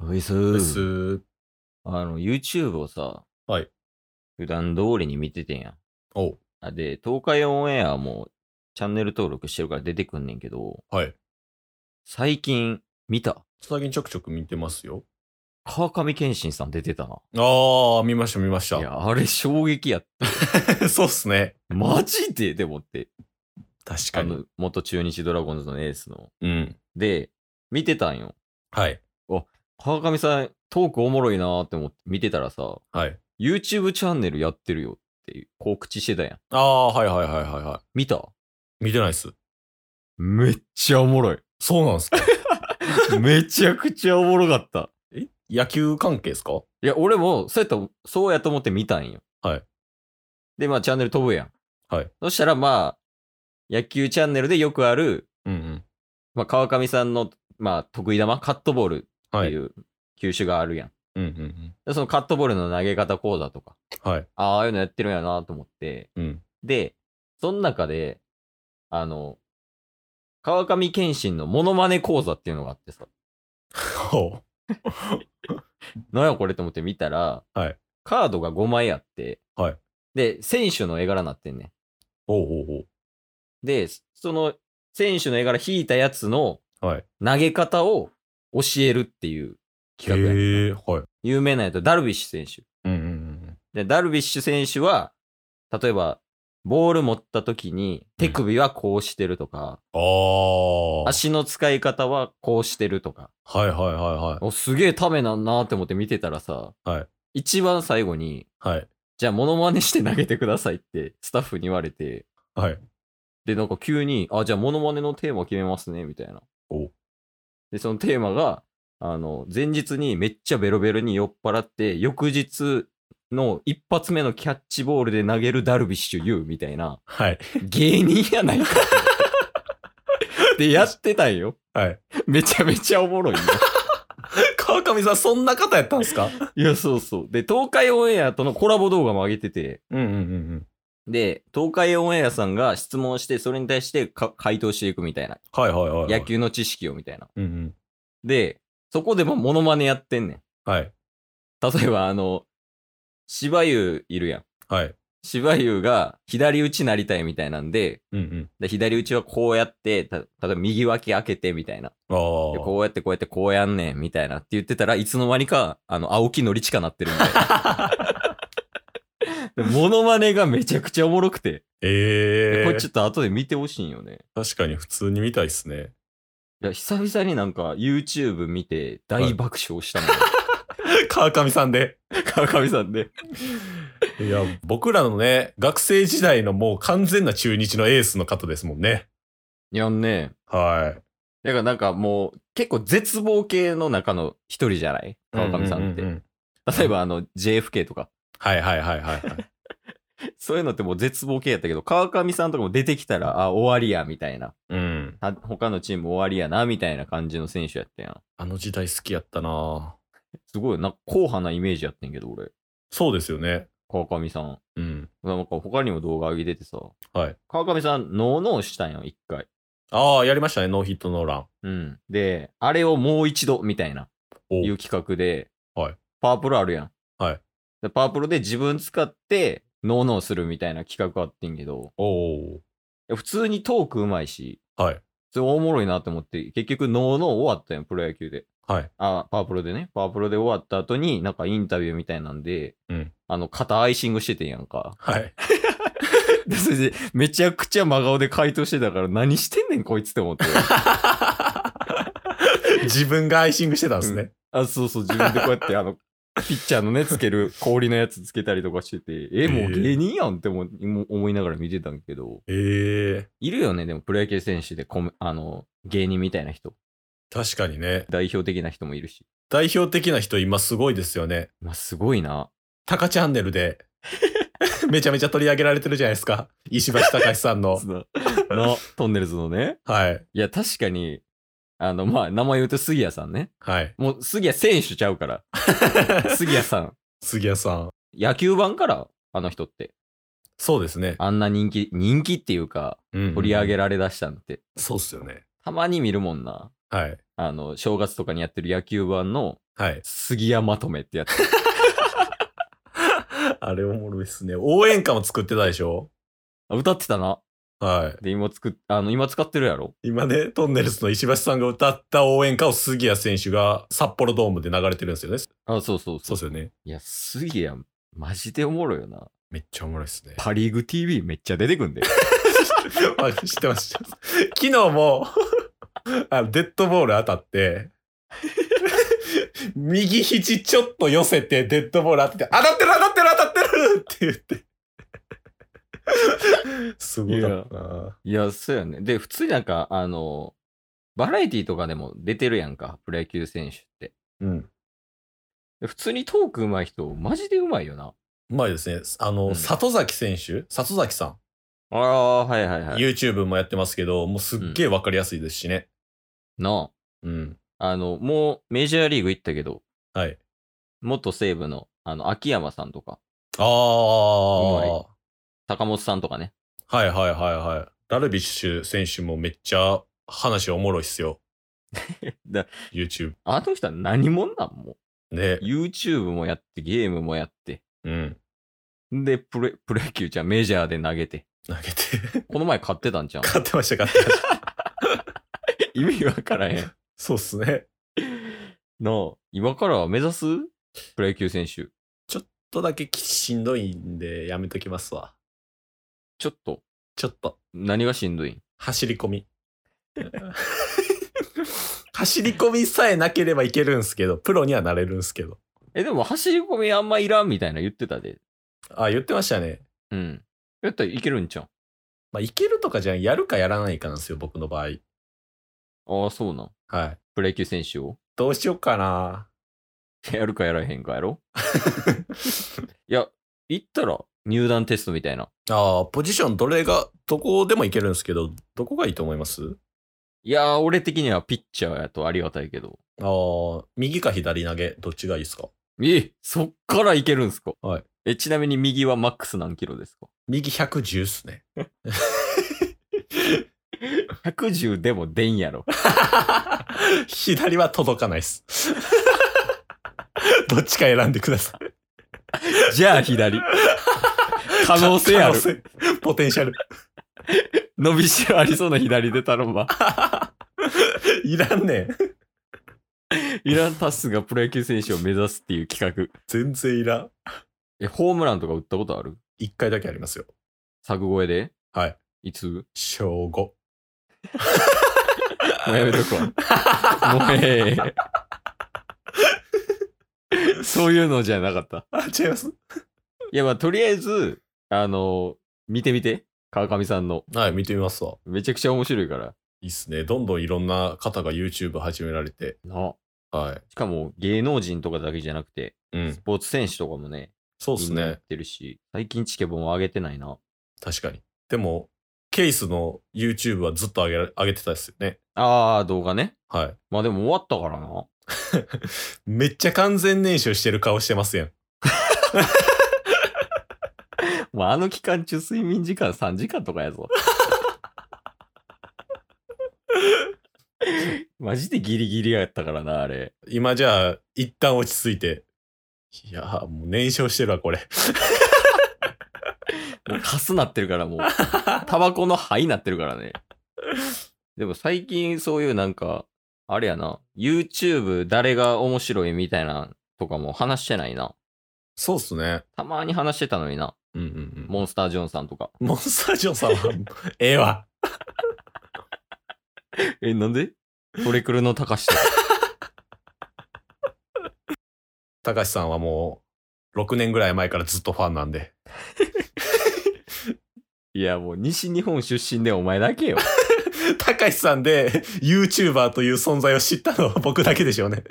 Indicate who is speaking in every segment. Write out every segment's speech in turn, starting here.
Speaker 1: ういす
Speaker 2: うっ
Speaker 1: ー
Speaker 2: すー
Speaker 1: あの、YouTube をさ、
Speaker 2: はい
Speaker 1: 普段通りに見ててんや。
Speaker 2: おう
Speaker 1: あで、東海オンエアもチャンネル登録してるから出てくんねんけど、
Speaker 2: はい。
Speaker 1: 最近見た。
Speaker 2: 最近ちょくちょく見てますよ。
Speaker 1: 川上健信さん出てたな。
Speaker 2: ああ、見ました見まし
Speaker 1: い
Speaker 2: た。
Speaker 1: や、あれ衝撃やっ
Speaker 2: そうっすね。
Speaker 1: た。マジででもって。
Speaker 2: 確
Speaker 1: あ
Speaker 2: かに。
Speaker 1: の、元中日ドラゴンズのエースの。
Speaker 2: うん。
Speaker 1: で、見てたんよ。
Speaker 2: はい。
Speaker 1: 川上さん、トークおもろいなーって思って見てたらさ、
Speaker 2: はい。
Speaker 1: YouTube チャンネルやってるよっていう告知してたやん。
Speaker 2: ああ、はいはいはいはいは
Speaker 1: 見た
Speaker 2: い。見てないっす。
Speaker 1: めっちゃおもろい。
Speaker 2: そうなんすか
Speaker 1: めちゃくちゃおもろかった。
Speaker 2: 野球関係ですか
Speaker 1: いや、俺も、そうやった、そうやと思って見たんよ。
Speaker 2: はい。
Speaker 1: で、まあ、チャンネル飛ぶやん。
Speaker 2: はい。
Speaker 1: そしたら、まあ、野球チャンネルでよくある、
Speaker 2: うんうん。
Speaker 1: まあ、川上さんの、まあ、得意玉、カットボールっ
Speaker 2: は
Speaker 1: て
Speaker 2: い。
Speaker 1: いうう球種があるやん。
Speaker 2: んうんうん。
Speaker 1: でそのカットボールの投げ方講座とか、
Speaker 2: はい。
Speaker 1: ああああいうのやってるんやなと思って、
Speaker 2: うん。
Speaker 1: で、その中で、あの、川上健信のモノマネ講座っていうのがあってさ、
Speaker 2: ほ
Speaker 1: なんやこれと思って見たら、
Speaker 2: はい
Speaker 1: カードが5枚あって、
Speaker 2: はい
Speaker 1: で、選手の絵柄なってんね
Speaker 2: うほうほ
Speaker 1: ん。で、その選手の絵柄引いたやつの
Speaker 2: う。はい。
Speaker 1: 投げ方を教えるっていう企画や
Speaker 2: へえ、はい。
Speaker 1: 有名なやつ、ダルビッシュ選手。
Speaker 2: うんうんうん。
Speaker 1: で、ダルビッシュ選手は、例えば、ボール持った時に手首はこうしてるとか、
Speaker 2: ああ。はい
Speaker 1: 足の使い方はこうしてるとか、
Speaker 2: はいはいはい。
Speaker 1: おすげえためなんなーって思って見てたらさ、
Speaker 2: はい
Speaker 1: 一番最後に、
Speaker 2: はい。
Speaker 1: じゃあモノマネして投げてくださいってスタッフに言われて、
Speaker 2: はい。
Speaker 1: で、なんか急に、あ、じゃあモノマネのテーマ決めますね、みたいな
Speaker 2: お。
Speaker 1: で、そのテーマが、あの、前日にめっちゃベロベロに酔っ払って、翌日の一発目のキャッチボールで投げるダルビッシュ有みたいな、
Speaker 2: はい。
Speaker 1: 芸人やないか。で、やってたんよ。
Speaker 2: はい。
Speaker 1: めちゃめちゃおもろいよ。
Speaker 2: 川上さん、そんな方やったんですか
Speaker 1: いや、そうそう。で、東海オンエアとのコラボ動画も上げてて、
Speaker 2: うんうんうん。
Speaker 1: で、東海オンエアさんが質問して、それに対してか回答していくみたいな。
Speaker 2: はいはいはいはい。
Speaker 1: 野。球の知識をみたいな。
Speaker 2: うんうん。
Speaker 1: で、そこでもモノマネやってんねん。
Speaker 2: はい。
Speaker 1: 例えば、あの、芝生いるやん。
Speaker 2: はい。
Speaker 1: 芝生が左打ちなりたいみたいなんで、
Speaker 2: うんうん。
Speaker 1: で左打ちはこうやって、た例えば右脇開けてみたいな。
Speaker 2: あ
Speaker 1: で
Speaker 2: あ。
Speaker 1: こうやってこうやってこうやんねんみたいなって言ってたらいつの間にかあの青木のりちかなってるみたい な。でモノマネがめちゃくちゃおもろくて。
Speaker 2: ええー。
Speaker 1: これちょっと後で見てほしいんよね。
Speaker 2: 確かに普通に見たいっ すね。
Speaker 1: いや、久々になんか YouTube 見て大爆笑したもん。
Speaker 2: 川上さんで。
Speaker 1: 川上さんで。
Speaker 2: いや、僕らのね、学生時代のもう完全な中日のエースの方ですもんね。
Speaker 1: いやんね。
Speaker 2: は
Speaker 1: だからなんかもう結構絶望系の中の一人じゃない
Speaker 2: い。
Speaker 1: 川上さんって。
Speaker 2: うううう
Speaker 1: 例えばあの JFK とか。
Speaker 2: はいはいはいはい はい。
Speaker 1: そういうのってもう絶望系やったけど、川上さんとかも出てきたら、あ、終わりや、みたいな。
Speaker 2: うん。
Speaker 1: あ他のチーム終わりやな、みたいな感じの選手やったやん。
Speaker 2: あの時代好きやったな
Speaker 1: すごい、なんか硬派なイメージやってんけど、俺。
Speaker 2: そうですよね。
Speaker 1: 川上さん。
Speaker 2: うん。
Speaker 1: なんか他にも動画上げててさ。
Speaker 2: はい。
Speaker 1: 川上さん、ノーノーしたんよ、一回。
Speaker 2: ああ、やりましたね。ノーヒットノーラン。
Speaker 1: うん。で、あれをもう一度、みたいな、
Speaker 2: お
Speaker 1: いう企画で、
Speaker 2: はい
Speaker 1: パープルあるやん。
Speaker 2: はい
Speaker 1: で、パープルで自分使って、ノーノーするみたいな企画あってんけど、
Speaker 2: お
Speaker 1: いや普通にトークうまいし、
Speaker 2: ーはい。
Speaker 1: それおもろいなと思って、結局、ノーノー終わったやん、プロ野球で。
Speaker 2: はい。
Speaker 1: あ、パープルでね。パープルで終わった後に、なんかインタビューみたいなんで、
Speaker 2: うん
Speaker 1: あの、肩アイシングしててんやんか。
Speaker 2: はい。
Speaker 1: で、それで、めちゃくちゃ真顔で回答してたから、何してんねん、こいつって思って。
Speaker 2: 自分がアイシングしてたんですね。
Speaker 1: あ、そうそう、自分でこうやって、あ の、ピッチャーのね、つける氷のやつつけたりとかしてて、え、もう芸人やんって思い思いながら見てたんけど、
Speaker 2: ええ
Speaker 1: いるよね、でもプロ野球選手でコメ、あの、芸人みたいな人、
Speaker 2: 確かにね。
Speaker 1: 代表的な人もいるし。
Speaker 2: 代表的な人今すごいですよね。
Speaker 1: まあ、すごいな。
Speaker 2: タカチャンネルで めちゃめちゃ取り上げられてるじゃないですか。石橋隆さんの。
Speaker 1: の、トンネルズのね。
Speaker 2: はい。
Speaker 1: いや、確かに、あの、まあ、名前言うと杉谷さんね。
Speaker 2: はい。
Speaker 1: もう、杉谷選手ちゃう から。杉谷さん。
Speaker 2: 杉谷さん。
Speaker 1: 野球版から、あの人って。
Speaker 2: そうですね。
Speaker 1: あんな人気、人気っていうか、取り上げ
Speaker 2: る。
Speaker 1: られだしたんって。
Speaker 2: そうっすよね。
Speaker 1: たまに見るもんな。
Speaker 2: はい。
Speaker 1: あの、正月とかにやってる野球版の
Speaker 2: はい。
Speaker 1: 杉谷まとめってやつ。
Speaker 2: あれおもろいっすね。応援歌も作ってたでしょ
Speaker 1: あ歌ってたな。
Speaker 2: は
Speaker 1: で、今作っ、あの、今使ってるやろ
Speaker 2: い。今ね、トンネルズの石橋さんが歌った応援歌を杉谷選手が札幌ドームで流れてるんですよね。
Speaker 1: あ、そうそう
Speaker 2: そ
Speaker 1: そうう。
Speaker 2: ですよね。
Speaker 1: いや、杉谷、マジでおもろいよな。
Speaker 2: めっちゃおもろいっすね。
Speaker 1: パリーグ TV めっちゃ出てくんで。
Speaker 2: あ知ってます、知ってます。昨日も あの、デッドボール当たって、 右肘ちょっと寄せてデッドボール当てて、当たってる当たってる当たってるって言って。 すごいな。
Speaker 1: いや、そうやね。で、普通になんか、あの、バラエティとかでも出てるやんか、プロ野球選手って。
Speaker 2: うん。
Speaker 1: で普通にトーク上手い人、マジで上手いよな。
Speaker 2: うまいですね。あの、
Speaker 1: うん
Speaker 2: 里崎選手里崎さん、
Speaker 1: ああ、はいはいはい。
Speaker 2: YouTube もやってますけど、もうすっげえわかりやすいですしね。
Speaker 1: な
Speaker 2: うん。
Speaker 1: あ、あの、もうメジャーリーグ行ったけど、
Speaker 2: はい。
Speaker 1: 元西武の、あの、秋山さんとか、
Speaker 2: あ
Speaker 1: う
Speaker 2: あ。
Speaker 1: まい
Speaker 2: は
Speaker 1: 坂本さんとかね。
Speaker 2: いはいはいはい。ダルビッシュ選手もめっちゃ話おもろいっすよ。
Speaker 1: だ
Speaker 2: YouTube
Speaker 1: あの人は何者なんも
Speaker 2: ね
Speaker 1: う。。YouTube もやって、ゲームもやって。
Speaker 2: うん。
Speaker 1: で、プロプロ野球じゃんメジャーで投げて。
Speaker 2: 投げ て。
Speaker 1: この前買ってたんじゃん。
Speaker 2: 勝ってました、勝ってました。
Speaker 1: 意味わからへん。
Speaker 2: そうっすね。
Speaker 1: なあ、今からは目指すプロ野球選手。
Speaker 2: ちょっとだけしんどいんでやめときますわ。
Speaker 1: ちょっと、
Speaker 2: ちょっと、
Speaker 1: 何がしんどいん
Speaker 2: 走り込み。走り込みさえなければいけるんすけど、プロにはなれるんすけど。
Speaker 1: え、でも走り込みあんまいらんみたいな言ってたで。
Speaker 2: あ、言ってましたね。
Speaker 1: うん。やったらいけるんちゃ
Speaker 2: まあ、いけるとかじゃん、やるかやらないかなんですよ、僕の場合。
Speaker 1: うああ、そうなん。
Speaker 2: はい。
Speaker 1: プロ野球選手を
Speaker 2: どうしようかな。
Speaker 1: やるかやらへんかや ろいや、行ったら入団テストみたいな。
Speaker 2: ああ、ポジションどれが、どこでもいけるんですけど、どこがいいと思います
Speaker 1: いやー、俺的にはピッチャーやとありがたいけど。
Speaker 2: ああ、右か左投げ、どっちがいいですか
Speaker 1: え、そっからいけるんすか
Speaker 2: はい。
Speaker 1: え、ちなみに右はマックス何キロですか
Speaker 2: 右110っすね。
Speaker 1: ?110 でも出んやろ。
Speaker 2: 左は届かないっす。 どっちか選んでください。
Speaker 1: じゃあ 左。可能性あ
Speaker 2: 可能
Speaker 1: る。
Speaker 2: 性。ポテンシャル。
Speaker 1: 伸びしろありそうな左で頼むわ。
Speaker 2: いらんねん。
Speaker 1: イランタスがプロ野球選手を目指すっていう企画。
Speaker 2: 全然いらん。
Speaker 1: え、ホームランとか打ったことある
Speaker 2: 一回だけありますよ。
Speaker 1: 柵越えで
Speaker 2: はい。
Speaker 1: いつも
Speaker 2: 小5。も
Speaker 1: うやめとくわ。 もうええ。そういうのじゃなかった。
Speaker 2: あ、違います
Speaker 1: いや、まあ、とりあえず、あの見てみて。川上さんの。
Speaker 2: はい、見てみますわ。
Speaker 1: めちゃくちゃ面白いから。
Speaker 2: いいっすね。どんどんいろんな方が YouTube 始められて。
Speaker 1: な
Speaker 2: は
Speaker 1: しかも、芸能人とかだけじゃなくて、
Speaker 2: い。う
Speaker 1: ス。ポーツ選手とかもね、
Speaker 2: そうっ
Speaker 1: み
Speaker 2: す
Speaker 1: んなやっ
Speaker 2: ね。
Speaker 1: てるし、最近チケボンは上げてないな。
Speaker 2: 確かに。でも、ケースの YouTube はずっと上げら上げてたっすよね。
Speaker 1: あー、動画ね。
Speaker 2: はい。
Speaker 1: まあでも終わったからな。
Speaker 2: めっちゃ完全燃焼してる顔してますやん。
Speaker 1: まあ、あの期間中睡眠時間3時間とかや ぞ。マジでギリギリやったからな、あれ。
Speaker 2: 今じゃあ、一旦落ち着いて。いやー、もう燃焼してるわ、これ。
Speaker 1: もうカスなってる からもう、タバコの灰になってるからね。でも最近そういうなんか、あれやな、YouTube 誰が面白いみたいなとかも話してないな。
Speaker 2: そうっすね。
Speaker 1: たまに話してたのにな。
Speaker 2: うんうんうん。
Speaker 1: モンスタージョンさんとか。
Speaker 2: モンスタージョンさんは、ええわ。
Speaker 1: え、なんでトレクルの高橋とか。
Speaker 2: たかしさんはもう、6年ぐらい前からずっとファンなんで。
Speaker 1: いや、もう西日本出身でお前だけよ。
Speaker 2: たかしさんで、YouTuber という存在を知ったのは僕だけでしょうね。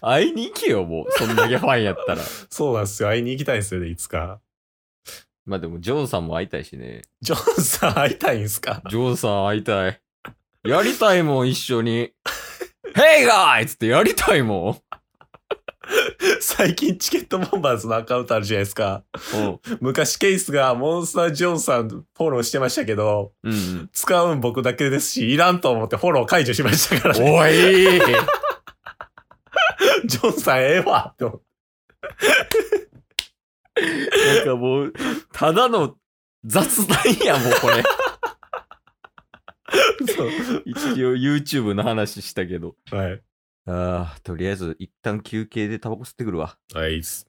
Speaker 1: 会いに行けよ、もう。そんだけファンやったら。
Speaker 2: そうなんですよ。会いに行きたいんですよね、いつか。
Speaker 1: まあでも、ジョンさんも会いたいしね。
Speaker 2: ジョンさん会いたいんすか
Speaker 1: ジョンさん会いたい。やりたいもん、一緒 に。Hey guys! ってやりたいも
Speaker 2: 最近チケットボンバーズのアカウントあるじゃないですか。
Speaker 1: ん。うん。
Speaker 2: 昔ケイスがモンスタージョンさんフォローしてましたけど、
Speaker 1: うんうん、
Speaker 2: 使うん僕だけですし、いらんと思ってフォロー解除しましたからね。
Speaker 1: おい
Speaker 2: ジョンさんええわって思って
Speaker 1: なんかもう、ただの雑談や、もう これ。一応 YouTube の話したけど。
Speaker 2: はい。
Speaker 1: ああ、とりあえず一旦休憩でタバコ吸ってくるわ。
Speaker 2: はいっす。